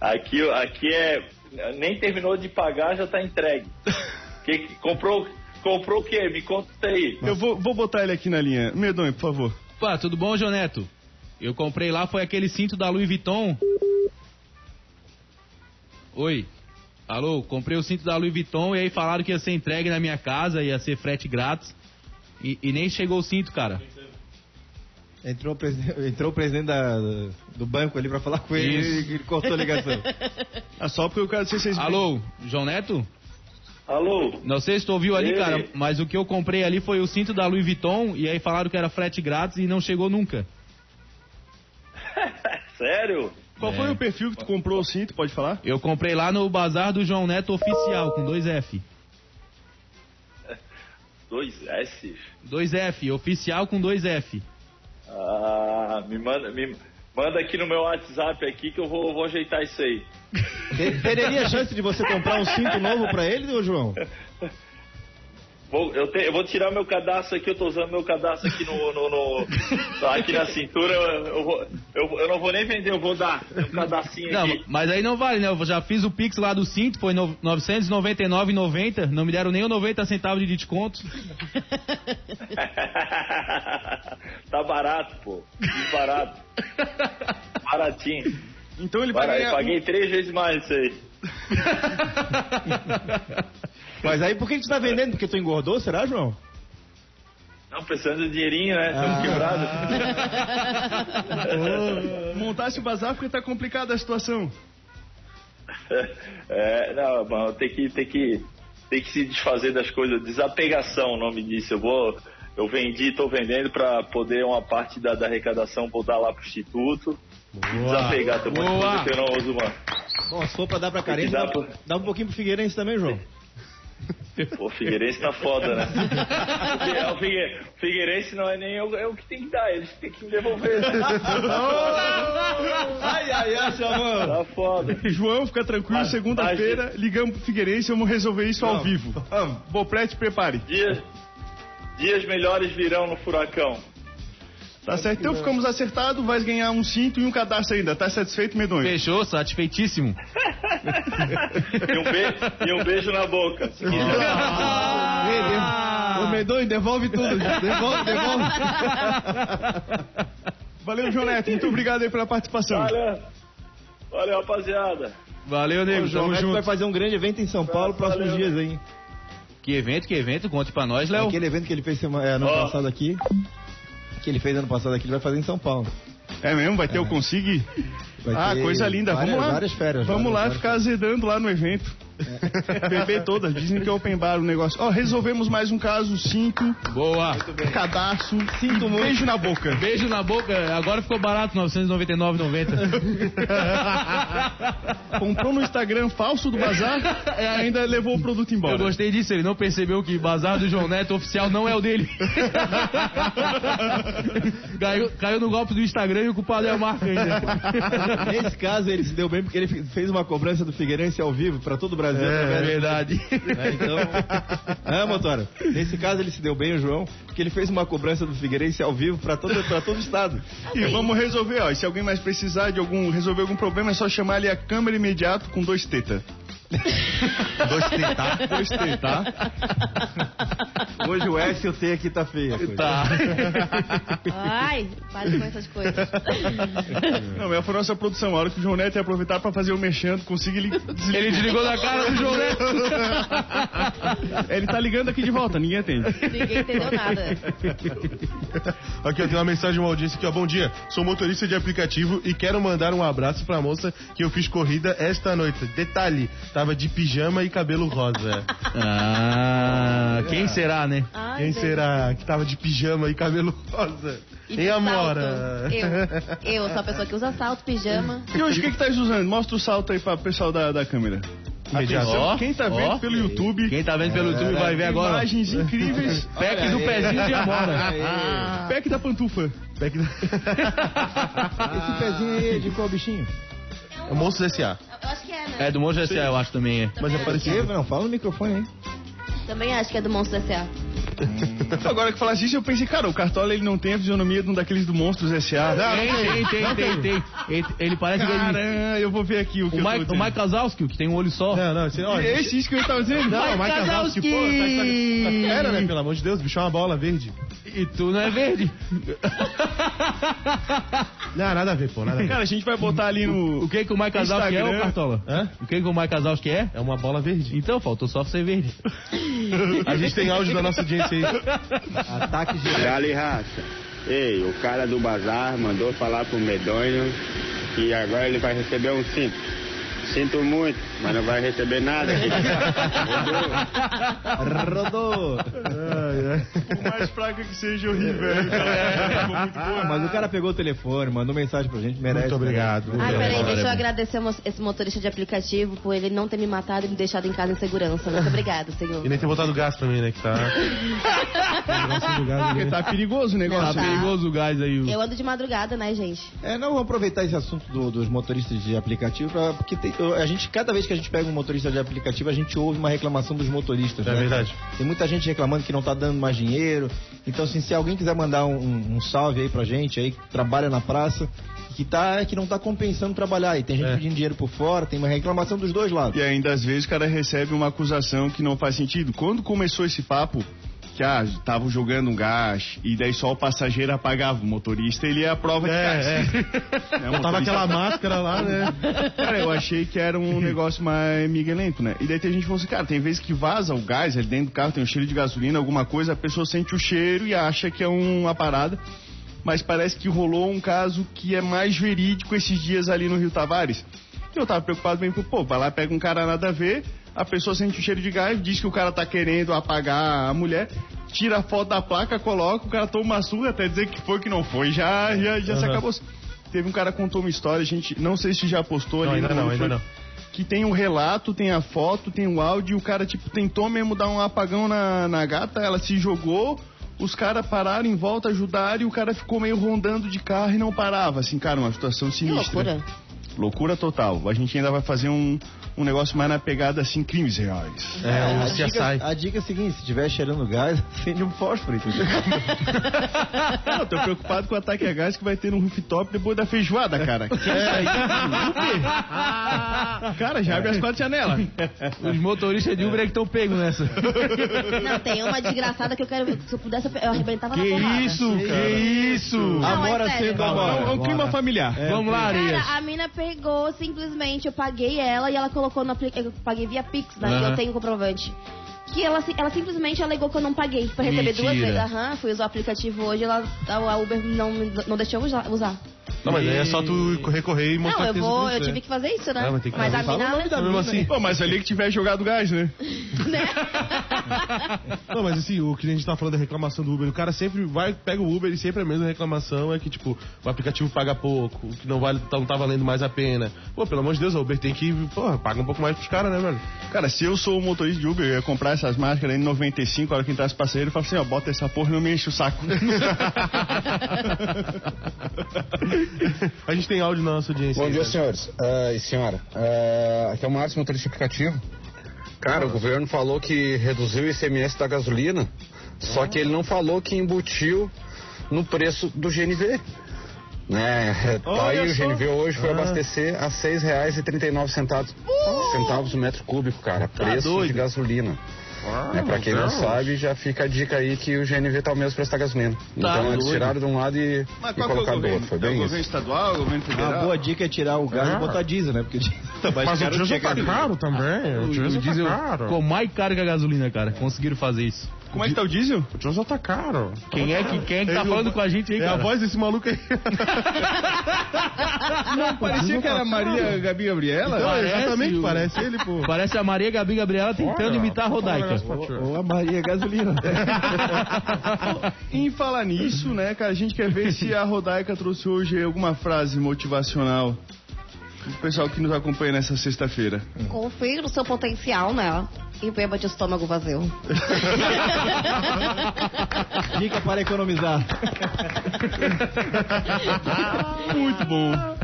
aqui, aqui é. Nem terminou de pagar, já tá entregue. Que, que- comprou, comprou o quê? Me conta aí. Eu vou, vou botar ele aqui na linha. Medonho, por favor. Opa, tudo bom, João Neto? Eu comprei lá, foi aquele cinto da Louis Vuitton. Oi. Alô, comprei o cinto da Louis Vuitton e aí falaram que ia ser entregue na minha casa, ia ser frete grátis. E, e nem chegou o cinto, cara. Entrou o, presi- entrou o presidente da- do banco ali pra falar com ele Isso. e ele cortou a ligação. Ah, só porque eu quero ser vocês. Alô, João Neto? Alô, Não sei se tu ouviu ali, Ei. cara, mas o que eu comprei ali foi o cinto da Louis Vuitton e aí falaram que era frete grátis e não chegou nunca. sério? Qual foi o um perfil que tu comprou o cinto? Pode falar? É, Eu comprei lá no bazar do João Neto Oficial, com 2F. 2S? 2F, oficial com 2F. Ah, me manda, me manda aqui no meu WhatsApp aqui que eu vou, vou ajeitar isso aí. Te- Teria a chance de você comprar um cinto novo pra ele, ô João? Vou, eu, te- eu vou tirar meu cadastro aqui, eu tô usando meu cadastro aqui no. no- no- aqui na cintura, eu, eu vou- eu- eu não vou nem vender, eu vou dar um cadastrinho Não, aqui. mas aí não vale, né? Eu já fiz o Pix lá do cinto, foi no- 999,90. Não me deram nem o 90 centavos de desconto. tá barato, pô. Barato. Baratinho. Então ele é um Barato. pagaria. Eu paguei três vezes mais isso aí. Mas aí por que que tu tá vendendo? Porque tu engordou, será, João? Não, precisando de dinheirinho, né? Ah. Estamos quebrados. Ah. Montasse o bazar porque tá complicada a situação. É, não, mano, tem que, tem que, tem que se desfazer das coisas. Desapegação, o nome disso. Eu vou, eu vendi, tô vendendo para poder uma parte da, da arrecadação vou dar lá pro instituto. Desapegar, tem muita Boa. coisa que eu não uso, mano. Bom, se for pra dar pra Tem que carente, dar dá, pro- dá um pouquinho pro Figueirense também, João. Pô, o Figueirense tá foda, né? Porque, é, O Figue- o Figueirense não é nem eu, é o que tem que dar, eles têm que me devolver. Ai, ai, ai, João. Tá foda. João, fica tranquilo, Mas- segunda-feira ligamos pro Figueirense, vamos resolver isso ao vivo. Boprete, prepare. Tá Dias, dias melhores virão no furacão. Tá certo? Então ficamos acertados, vai ganhar um cinto e um cadastro ainda. Tá satisfeito, medonho? Fechou, satisfeitíssimo. E um, be- e um beijo na boca. Se quiser. Ô, Medonho, devolve tudo. Devolve, devolve. Valeu, João Neto, muito obrigado aí pela participação. Valeu. Valeu, rapaziada. Valeu, nego. O João Tamo Neto vai junto. fazer um grande evento em São Paulo próximos Valeu. dias, hein? Que evento, que evento? Conte pra nós, Léo. Aquele evento que ele fez semana, é, ano Ó. passado aqui. Que ele fez ano passado aqui, ele vai fazer em São Paulo. É mesmo? Vai ter o Consigue? Vai ah, ter coisa linda. várias- Vamos lá. várias férias, Vamos várias- lá várias ficar azedando lá no evento. Beber todas. Dizem que é open bar o negócio. Ó, resolvemos mais um caso. Cinto, Boa. cadastro, cinto beijo na boca. Beijo na boca. Agora ficou barato, 999,90. Comprou no Instagram falso do bazar e ainda levou o produto Eu embora. gostei disso, ele não percebeu que bazar do João Neto oficial não é o dele. caiu, caiu no golpe do Instagram e o culpado é a marca ainda. Nesse caso, ele se deu bem porque ele fe- fez uma cobrança do Figueirense ao vivo pra todo o É Brasil. através- verdade. né? Então, é, motora. Nesse caso, ele se deu bem, o João, porque ele fez uma cobrança do Figueirense ao vivo pra todo, pra todo o estado. E vamos resolver, ó. E se alguém mais precisar de algum resolver algum problema, é só chamar ali a câmera imediato com dois teta. Dois tentar. Dois teta. Tá? Hoje o S e o T aqui tá feio. a coisa. Ai, pare com essas coisas. É. Não, mas foi nossa produção. A hora que o João Neto ia aproveitar pra fazer o mexendo, consegui ele desligar. Ele desligou na cara do João Neto. Ele tá ligando aqui de volta, ninguém atende. Ninguém entendeu nada. Aqui, eu tenho uma mensagem de uma audiência aqui, ó. Bom dia, sou motorista de aplicativo e quero mandar um abraço pra moça que eu fiz corrida esta noite. Detalhe, tava de pijama e cabelo rosa. Ah, quem será, né? Ai, Quem Deus. será que tava de pijama e cabelo rosa? E E, de Amora? salto. Eu. Eu sou a pessoa que usa salto, pijama. E hoje, o que que tá usando? Mostra o salto aí pra pessoal da, da câmera. Ó, Atenção, quem tá vendo ó. pelo YouTube, Quem tá vendo pelo YouTube vai ver agora. imagens incríveis. Pack do pezinho de amora. Pack da pantufa. Esse pezinho aí é de qual bichinho? É Monstros S.A. Eu acho que é, né? É do Monge S.A., eu acho também. é. Também acho que Porque, não, fala no microfone aí. é. Também acho que é do Monstro S.A. Agora que falasse isso, eu pensei, cara, o Cartola ele não tem a fisionomia de um daqueles do Monstros S.A. Tem, tem, tem, tem, tem. Ele, ele parece que Caramba, eu vou ver aqui o que o eu tô Mike, o dizendo. Mike Kazowski, que tem um olho só. Não, não, esse, ó, É Esse isso que eu tava dizendo? Não, Mike Kazowski, pô, tá, tá, pera, né, pelo amor de Deus, o bicho é uma bola verde. E tu não é verde. Não, nada a ver, pô, nada a ver. Cara, a gente vai botar ali O no. que que o Mike Kazowski é, ô Instagram. Cartola? Hã? O que que o Mike Kazowski é? É uma bola verde. Então, faltou só ser verde. A gente tem áudio da nossa audiência aí. Ataque de. Dali raça. Ei, o cara do bazar mandou falar pro Medonho que agora ele vai receber um cinto. Sinto muito, mas não vai receber nada. Rodou! Por mais fraca que seja, eu ri, velho. É. Tá Ah, mas o cara pegou o telefone, mandou mensagem pra gente, merece. né? Muito obrigado. Ai, peraí, Agora é deixa eu bom. agradecer mo- esse motorista de aplicativo por ele não ter me matado e me deixado em casa em segurança. Muito obrigada, senhor. E nem tem botado gás pra mim, né, que tá... O negócio do gás ali, Porque né? tá perigoso o negócio. Tá perigoso o gás aí. o- Eu ando de madrugada, né, gente? É, não, vou aproveitar esse assunto do- dos motoristas de aplicativo, pra- porque tem- eu- a gente, cada vez que a gente pega um motorista de aplicativo, a gente ouve uma reclamação dos motoristas. É né? verdade. Tem muita gente reclamando que não tá dando mais dinheiro. Então, assim, se alguém quiser mandar um, um- um salve aí pra gente, aí, que trabalha na praça, que, tá, que não tá compensando trabalhar. E tem É. gente pedindo dinheiro por fora, tem uma reclamação dos dois lados. E ainda às vezes o cara recebe uma acusação que não faz sentido. Quando começou esse papo, que ah, estavam jogando um gás e daí só o passageiro apagava o motorista, ele é a prova de gás. É, é. né? O Tava motorista- aquela máscara lá, né? Cara, eu achei que era um negócio mais miguelento, né? E daí tem gente que falou assim, cara, tem vezes que vaza o gás ali dentro do carro, tem um cheiro de gasolina, alguma coisa, a pessoa sente o cheiro e acha que é uma parada. Mas parece que rolou um caso que é mais verídico esses dias ali no Rio Tavares. Que eu tava preocupado bem, pô, vai lá, pega um cara nada a ver, a pessoa sente o cheiro de gás, diz que o cara tá querendo apagar a mulher, tira a foto da placa, coloca, o cara toma uma surra até dizer que foi, que não foi, já, já, já se Aham. acabou. Teve um cara que contou uma história, a gente, não sei se já postou Não, ali né, ainda no- É, não, no- ainda não. Que tem o relato, tem a foto, tem o áudio, e o cara, tipo, tentou mesmo dar um apagão na, na gata, ela se jogou, os caras pararam em volta, ajudaram, e o cara ficou meio rondando de carro e não parava, assim, cara, uma situação Que sinistra. loucura. né? Loucura total. A gente ainda vai fazer um, um negócio mais na pegada, assim, crimes reais. É, o dica- CSI. a dica é a seguinte, se estiver cheirando gás, acende um fósforo, entendeu? É. Não, eu tô preocupado com o ataque a gás que vai ter no rooftop depois da feijoada, cara. Que é isso aí? cara, já abre as quatro janelas. Os motoristas de Uber é que estão pegos nessa. Não, tem uma desgraçada que eu quero. Se eu pudesse, eu arrebentava na Que porrada. isso, que isso. Não, Amora é sério. sendo É um- é amora. um clima familiar. Tá Vamos lá, Arias. Cara, a mina pegou simplesmente, eu paguei ela e ela colocou no aplicativo. Eu paguei via Pix, né? Aham. Que eu tenho comprovante. Que ela, si- ela simplesmente alegou que eu não paguei pra receber duas Mentira. vezes. Aham, fui usar o aplicativo hoje, ela, a Uber não, me- não deixou eu usar. usar. Não, mas aí é só tu recorrer e mostrar Não, eu que tens vou, o eu produto, tive né? que fazer isso, né? Ah, mas tem que mas a fazer. mina. Mesmo assim, Pô, mas ali que tiver jogado gás, né? Não, mas assim, o que a gente tá falando da reclamação do Uber, o cara sempre vai, pega o Uber e sempre a mesma reclamação é que, tipo, o aplicativo paga pouco, que não, vale, não tá valendo mais a pena. Pô, pelo amor de Deus, o Uber tem que, porra, paga um pouco mais pros caras, né, velho? Cara, se eu sou o motorista de Uber, eu ia comprar essas máscaras aí em 95, a hora que entrasse passageiro, eu falava assim, ó, bota essa porra e não me enche o saco. A gente tem áudio na nossa audiência. Bom aí, né? dia, velho. senhores ah, e senhora. Ah, aqui é o Márcio, motorista de aplicativo. Cara, o governo falou que reduziu o ICMS da gasolina, só que ele não falou que embutiu no preço do GNV. Né? Tá aí, o GNV hoje foi Ah, abastecer a R$ 6,39 centavos, centavos o metro cúbico, cara. Tá Preço de gasolina. Ah, Né, pra quem não sabe, já fica a dica aí que o GNV tá o mesmo preço da gasolina. então eles tiraram de um lado e, e colocaram do outro. Foi É o bem isso. governo estadual, o governo Uma federal? boa dica é tirar o Ah. gás e botar diesel, né? Porque o diesel tá mais Mas o caro que diesel a tá gasolina. caro também. O diesel tá caro. Ficou mais caro que a gasolina, cara. Conseguiram fazer isso. Como é que tá o diesel? O diesel tá caro. Quem é que, quem é que tá Ele- falando com a gente aí, É a cara? voz desse maluco aí. Parecia que era a Maria Gabi Gabriela. Não, Parece exatamente, o- parece ele, pô. Parece a Maria Gabi Gabriela tentando imitar a Rodaica. Ou a Maria Gasolina. Em falar nisso, né, cara, a gente quer ver se a Rodaica trouxe hoje alguma frase motivacional pro pessoal que nos acompanha nessa sexta-feira. Confie no seu potencial, né? E beba de estômago vazio. Dica para economizar. Muito bom.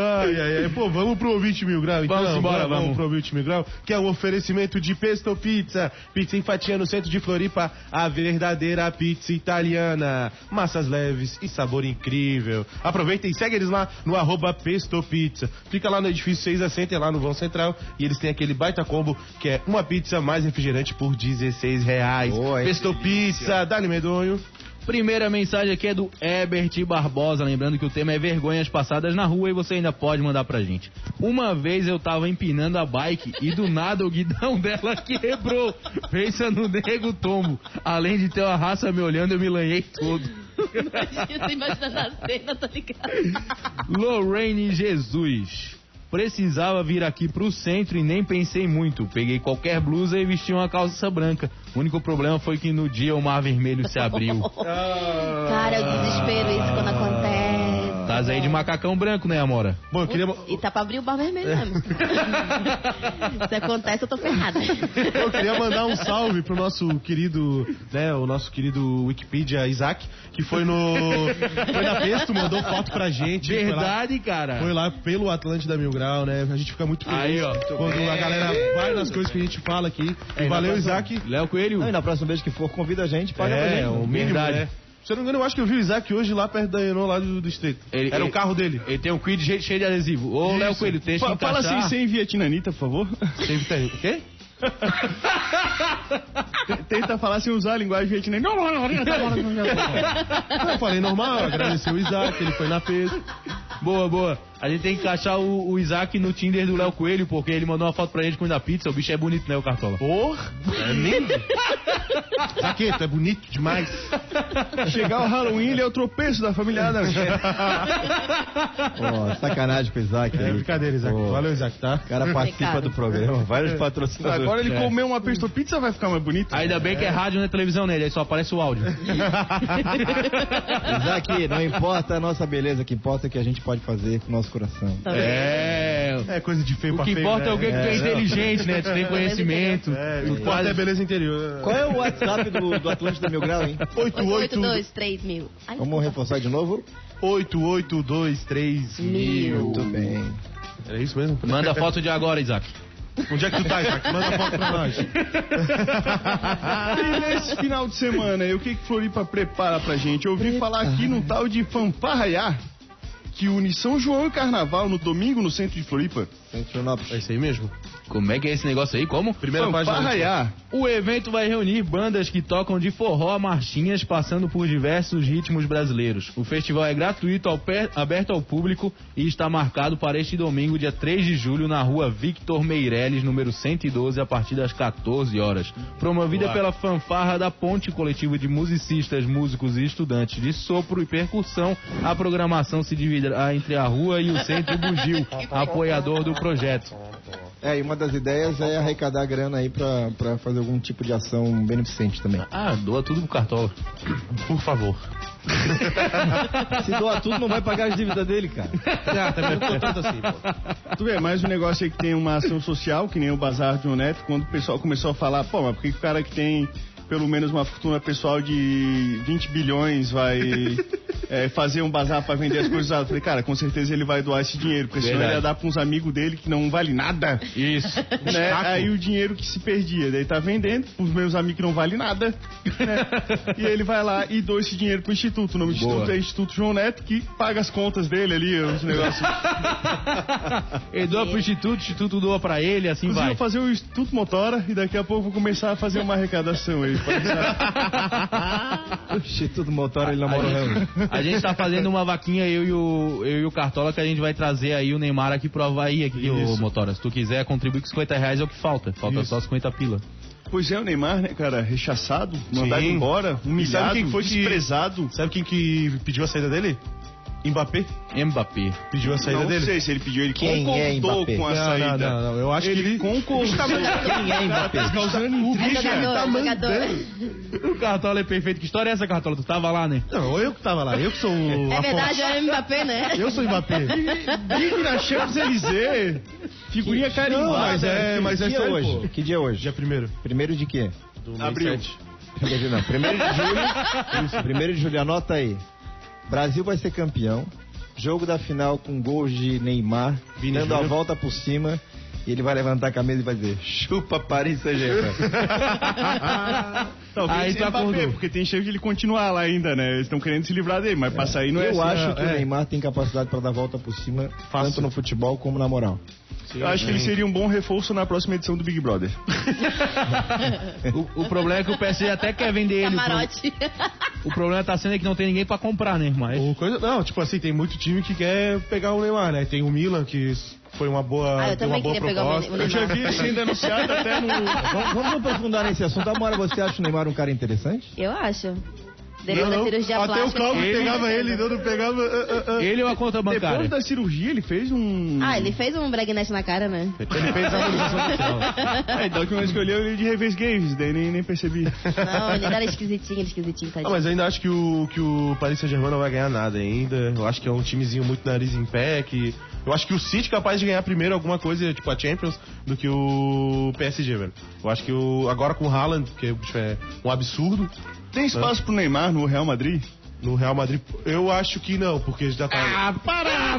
Ai, ai, ai. Pô, vamos pro ouvinte mil grau, então. Vamos embora, vamos. pro ouvinte mil grau, que é um oferecimento de Pesto Pizza. Pizza em fatia no centro de Floripa, a verdadeira pizza italiana. Massas leves e sabor incrível. Aproveita e segue eles lá no arroba Pesto Pizza. Fica lá no edifício 6 assenta, é lá no vão central. E eles têm aquele baita combo, que é uma pizza mais refrigerante por 16 reais. Boa, hein? Pesto Pizza, dá-lhe medonho. Primeira mensagem aqui é do Ebert Barbosa, lembrando que o tema é vergonhas passadas na rua e você ainda pode mandar pra gente. Uma vez eu tava empinando a bike e do nada o guidão dela quebrou. Pensa no nego tombo. Além de ter uma raça me olhando, eu me lanhei todo. Imagina, imagina a cena, tá ligado? Lorraine Jesus. Precisava vir aqui pro centro e nem pensei muito. Peguei qualquer blusa e vesti uma calça branca. O único problema foi que no dia o mar vermelho se abriu. Cara, Ah. eu desespero isso quando acontece. Tás Ah. aí de macacão branco, né, Amora? Bom, eu queria... E tá pra abrir o bar vermelho mesmo. Se acontece, eu tô ferrada. Eu queria mandar um salve pro nosso querido, né, o nosso querido Wikipedia Isaac, que foi no foi na Pesto, mandou foto pra gente. foi lá- Verdade, cara. Foi lá pelo Atlântida Mil Grau, né? A gente fica muito feliz Aí, ó. quando a galera vai nas coisas que a gente fala aqui. E valeu, Isaac. Léo Coelho. Não, e na próxima vez que for, convida a gente, paga pra É, gente. o mínimo, Verdade. né? Se eu não me engano, eu acho que eu vi o Isaac hoje lá perto da Enô, lá do distrito. Ele- Era o ele- carro dele. Ele tem um quid cheio- cheio de adesivo. Ô, Léo Coelho, deixa Fa- eu Fala encaixar. assim sem vietnanita, por favor. Teve, teve. O quê? Tenta falar sem usar a linguagem vietnã. Não, não, não, não, não, não, não, não. Eu falei normal, agradeceu o Isaac, ele foi na peso. Boa, boa. A gente tem que encaixar o, o Isaac no Tinder do Léo Coelho, porque ele mandou uma foto pra gente comendo a pizza. O bicho é bonito, né, o Cartola? Porra! É lindo! Zaqueta, é bonito demais. Chegar o Halloween, ele é o tropeço da família Adams. Ó, sacanagem com o Isaac. É aí. brincadeira, Isaac. Pô, Valeu, Isaac, tá? É. O cara participa do programa, vários patrocinadores. Agora ele comeu uma pesto pizza, vai ficar mais bonito. Ainda bem que é rádio, não é televisão nele, aí só aparece o áudio. Isaac, não importa a nossa beleza, o que importa é o que a gente pode fazer com o nosso coração. É. É coisa de feio O pra que feio, né? importa é o que que tu é não. inteligente, né? Tu tem conhecimento. tu É, o que faz- importa é beleza interior. Qual é o WhatsApp do, do Atlântida Mil Grau, hein? 882, 3 mil. Ai, Vamos reforçar de novo? 8823 mil. Muito bem. Era É isso mesmo? Manda foto de agora, Isaac. Onde é que tu tá, Isaac? Manda foto pra nós. E nesse final de semana, e o que, que Floripa prepara pra gente? Eu ouvi falar aqui num tal de Fanfarraiá, que une São João e Carnaval no domingo no centro de Floripa. Centronópolis. É isso aí mesmo? Como é que é esse negócio aí? Como? Primeira página. do Fanfarraiá. O evento vai reunir bandas que tocam de forró a marchinhas, passando por diversos ritmos brasileiros. O festival é gratuito, ao pé- aberto ao público e está marcado para este domingo, dia 3 de julho, na rua Victor Meireles, número 112, a partir das 14 horas. Promovida pela fanfarra da Ponte Coletiva de Musicistas, Músicos e Estudantes de Sopro e Percussão, a programação se dividirá entre a rua e o Centro Bugio, apoiador do projeto. É, e uma das ideias é arrecadar grana aí pra, pra fazer algum tipo de ação beneficente também. Ah, doa tudo pro Cartola. Por favor. Se doar tudo, não vai pagar as dívidas dele, cara. Ah, também não tô tanto assim, pô. Tu vê, mais um negócio aí que tem uma ação social, que nem o Bazar de um Neto, quando o pessoal começou a falar, pô, mas por que que o cara que tem pelo menos uma fortuna pessoal de 20 bilhões vai é, fazer um bazar pra vender as coisas usadas? Eu falei, cara, com certeza ele vai doar esse dinheiro, porque senão Verdade. É ele ia dar pra uns amigos dele que não vale nada. Isso. né? Aí o dinheiro que se perdia, daí tá vendendo, os meus amigos que não vale nada, né? E ele vai lá e doa esse dinheiro pro instituto. O nome do Boa. instituto é Instituto João Neto, que paga as contas dele ali, os negócios. Ele doa pro instituto, o instituto doa pra ele, assim Inclusive, vai. eu vou fazer o Instituto Motora e daqui a pouco eu vou começar a fazer uma arrecadação aí. pra ajudar. O Instituto Motor, ele namora o Ramos. A gente tá fazendo uma vaquinha, eu e, o, eu e o Cartola, que a gente vai trazer aí o Neymar aqui pro Havaí, aqui, ô Motora. Se tu quiser contribuir com 50 reais é o que falta. Falta só 50 pila. pois é, o Neymar, né, cara? Rechaçado, mandado Sim. embora, humilhado, sabe quem foi que- desprezado. Sabe quem que pediu a saída dele? Mbappé Mbappé. pediu a saída Não dele. sei se ele pediu, ele Quem é concordou Mbappé? com a Não, não, saída. não, não, eu acho que ele... concordou. Quem é Mbappé? Tá causando é tá jogador, é jogador. O Cartola é perfeito. Que história é essa, Cartola? Tu tava lá, né? Não, eu que tava lá, eu que sou o... É a verdade, é o Mbappé, né? Eu sou o Mbappé. Digo na Champs-Élysées, figurinha carimbada. Não, mas né? é, mas é que dia sério, hoje? pô. Que dia é hoje? Dia primeiro. Primeiro de quê? Abril. Primeiro, não, primeiro de julho. Isso, primeiro de julho, anota aí. Brasil vai ser campeão. Jogo da final com gols de Neymar, Vini dando a Júnior. volta por cima. E ele vai levantar a camisa e vai dizer: chupa Paris Saint-Germain. Talvez Aí tá sem tu Mbappé, acordou. É, porque tem chance de ele continuar lá ainda, né? Eles estão querendo se livrar dele, mas pra sair não é Eu assim. acho que é. o Neymar tem capacidade pra dar a volta por cima, tanto no futebol como na moral. Eu acho que ele seria um bom reforço na próxima edição do Big Brother. O, o problema é que o PSG até quer vender ele. O, Camarote. o problema tá sendo é que não tem ninguém pra comprar, né, mas... O coisa, não, tipo assim, tem muito time que quer pegar o Neymar, né? Tem o Milan, que foi uma boa, Ah, eu deu uma também boa queria pegar o proposta. Neymar. Eu já vi ele sendo anunciado até no. Vamos, vamos aprofundar nesse assunto. Amora, você acha o Neymar um cara interessante? Eu acho. Depois Não, da não. cirurgia Até o plástica. Cláudio ele- pegava ele, não, não pegava. ah, ah, ah. Ele ou a conta bancária? Depois da cirurgia, ele fez um. Ah, ele fez um breguinete na cara, né? Ele fez a harmonização do final. Aí, da última vez que eu olhei, eu olhei de revés games, daí nem, nem percebi. Não, ele era esquisitinho, ele esquisitinho, Ah, tadinho. mas ainda acho que o, que o Paris Saint-Germain não vai ganhar nada ainda. Eu acho que é um timezinho muito nariz em pé. Que... Eu acho que o City é capaz de ganhar primeiro alguma coisa, tipo a Champions, do que o PSG, velho. Eu acho que o... agora com o Haaland, que bicho, é um absurdo, Tem espaço pro Neymar no Real Madrid? no Real Madrid, eu acho que não, porque já tá. Ah, para,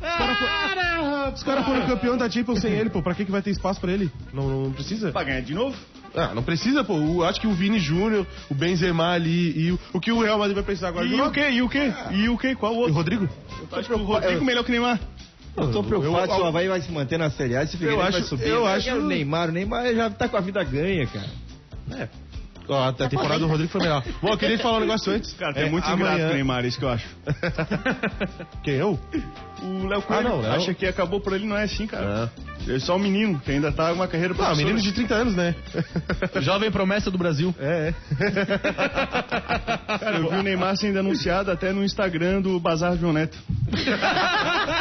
para! Os caras foram campeão da Champions sem ele, pô. Pra que, que vai ter espaço pra ele? Não, não precisa? Pra ganhar de novo? Ah, não precisa, pô. O- acho que o Vini Júnior, o Benzema ali e o, o que o Real Madrid vai precisar agora? E o quê? E o quê? E o quê? Qual o O outro? Rodrigo? é Eu acho que o Rodrigo melhor que o Neymar. Eu tô preocupado eu- se o Havaí vai se manter na Série A, se o Figueirense Eu vai acho- subir. eu né? acho- O Neymar, o Neymar já tá com a vida ganha, cara. É. Ó, a temporada do Rodrigo foi melhor. Bom, eu queria falar um negócio antes. Cara, tem É, muito ingrato amanhã... com o Neymar, isso que eu acho. Quem, eu? O Léo Coelho Ah, não, Léo. acha que acabou por ele, não é assim, Ah. cara. Ele é só um menino, que ainda tá uma carreira Ah, profissional. menino de 30 anos, né? Jovem promessa do Brasil. É, é. Cara, eu vi o Neymar sendo anunciado até no Instagram do Bazar João Neto.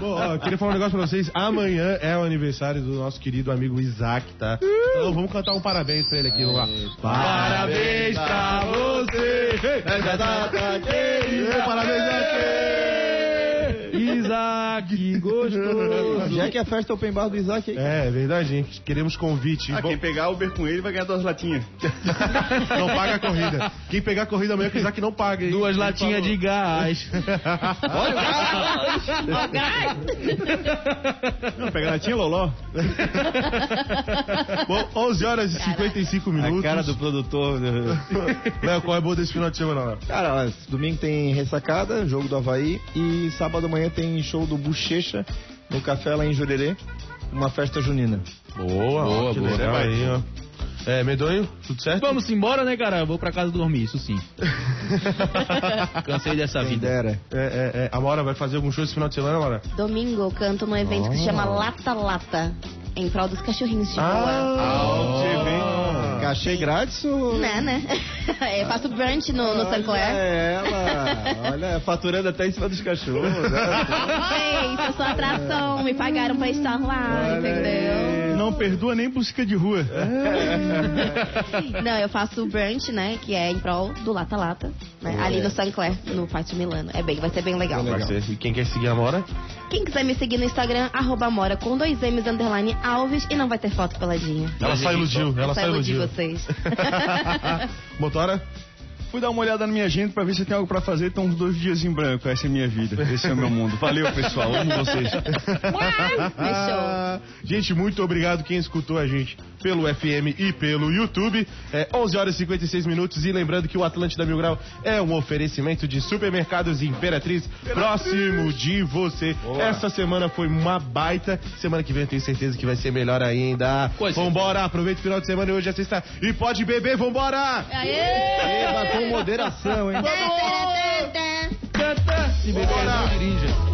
Bom, ó, eu queria falar um negócio pra vocês. Amanhã é o aniversário do nosso querido amigo Isaac, tá? Então vamos cantar um parabéns pra ele aqui, vamos lá. Parabéns pra você! Nessa data querida, Parabéns é a você! Isaac, gostoso. Já que a festa open bar do Isaac aí. É, é verdade, gente. Queremos convite. Ah, Bom, quem pegar Uber com ele vai ganhar duas latinhas. Não paga a corrida. Quem pegar a corrida amanhã, que o Isaac não paga, hein? Duas Ele latinhas falou. de gás. Não, pegar latinha, Loló. Bom, 11 horas e 55 minutos. A cara do produtor. né? Léo, qual é a boa desse final de semana, Léo? Cara, ó, domingo tem ressacada, jogo do Havaí. E sábado amanhã tem show do Bochecha no café lá em Jurerê. Uma festa junina. Boa, boa, boa. Legal aí, ó. É, medonho, tudo certo? Vamos embora, né, cara? Eu Vou pra casa dormir, isso sim. Cansei dessa Quem vida. dera. É, é, é. A Mora vai fazer algum show esse final de semana, Mora? Domingo eu canto num evento que se Ah. chama Lata Lata, em prol dos cachorrinhos de Ah. rua. Ah! Cachê grátis ou... Né, né? Eu faço brunch no, no Sancler. é ela, olha, faturando até em cima dos cachorros. Ah, é. Gente, eu sou atração, me pagaram pra estar lá, entendeu? Não Então, perdoa nem busca de rua. Não, eu faço o brunch, né? Que é em prol do Lata Lata, né? Ali no Sancler, no Pátio Milano. É bem, vai ser bem legal. Vai ser. E quem quer seguir a Mora? Quem quiser me seguir no Instagram, arroba mora com dois M's underline Alves e não vai ter foto peladinha. Ela só iludiu, ela só Só iludi iludiu. vocês. Motora? Fui dar uma olhada na minha agenda pra ver se eu tenho algo pra fazer. Estão uns dois dias em branco. Essa é a minha vida. Esse é o meu mundo. Valeu, pessoal. Amo vocês. Ah, gente, muito obrigado quem escutou a gente pelo FM e pelo YouTube. É 11 horas e 56 minutos. E lembrando que o Atlântida Mil Grau é um oferecimento de supermercados Imperatriz, próximo de você. Essa semana foi uma baita. Semana que vem eu tenho certeza que vai ser melhor ainda. Pois é. vambora, aproveita o final de semana e hoje é sexta. E pode beber, vambora! tá Beba com moderação, hein? Vambora!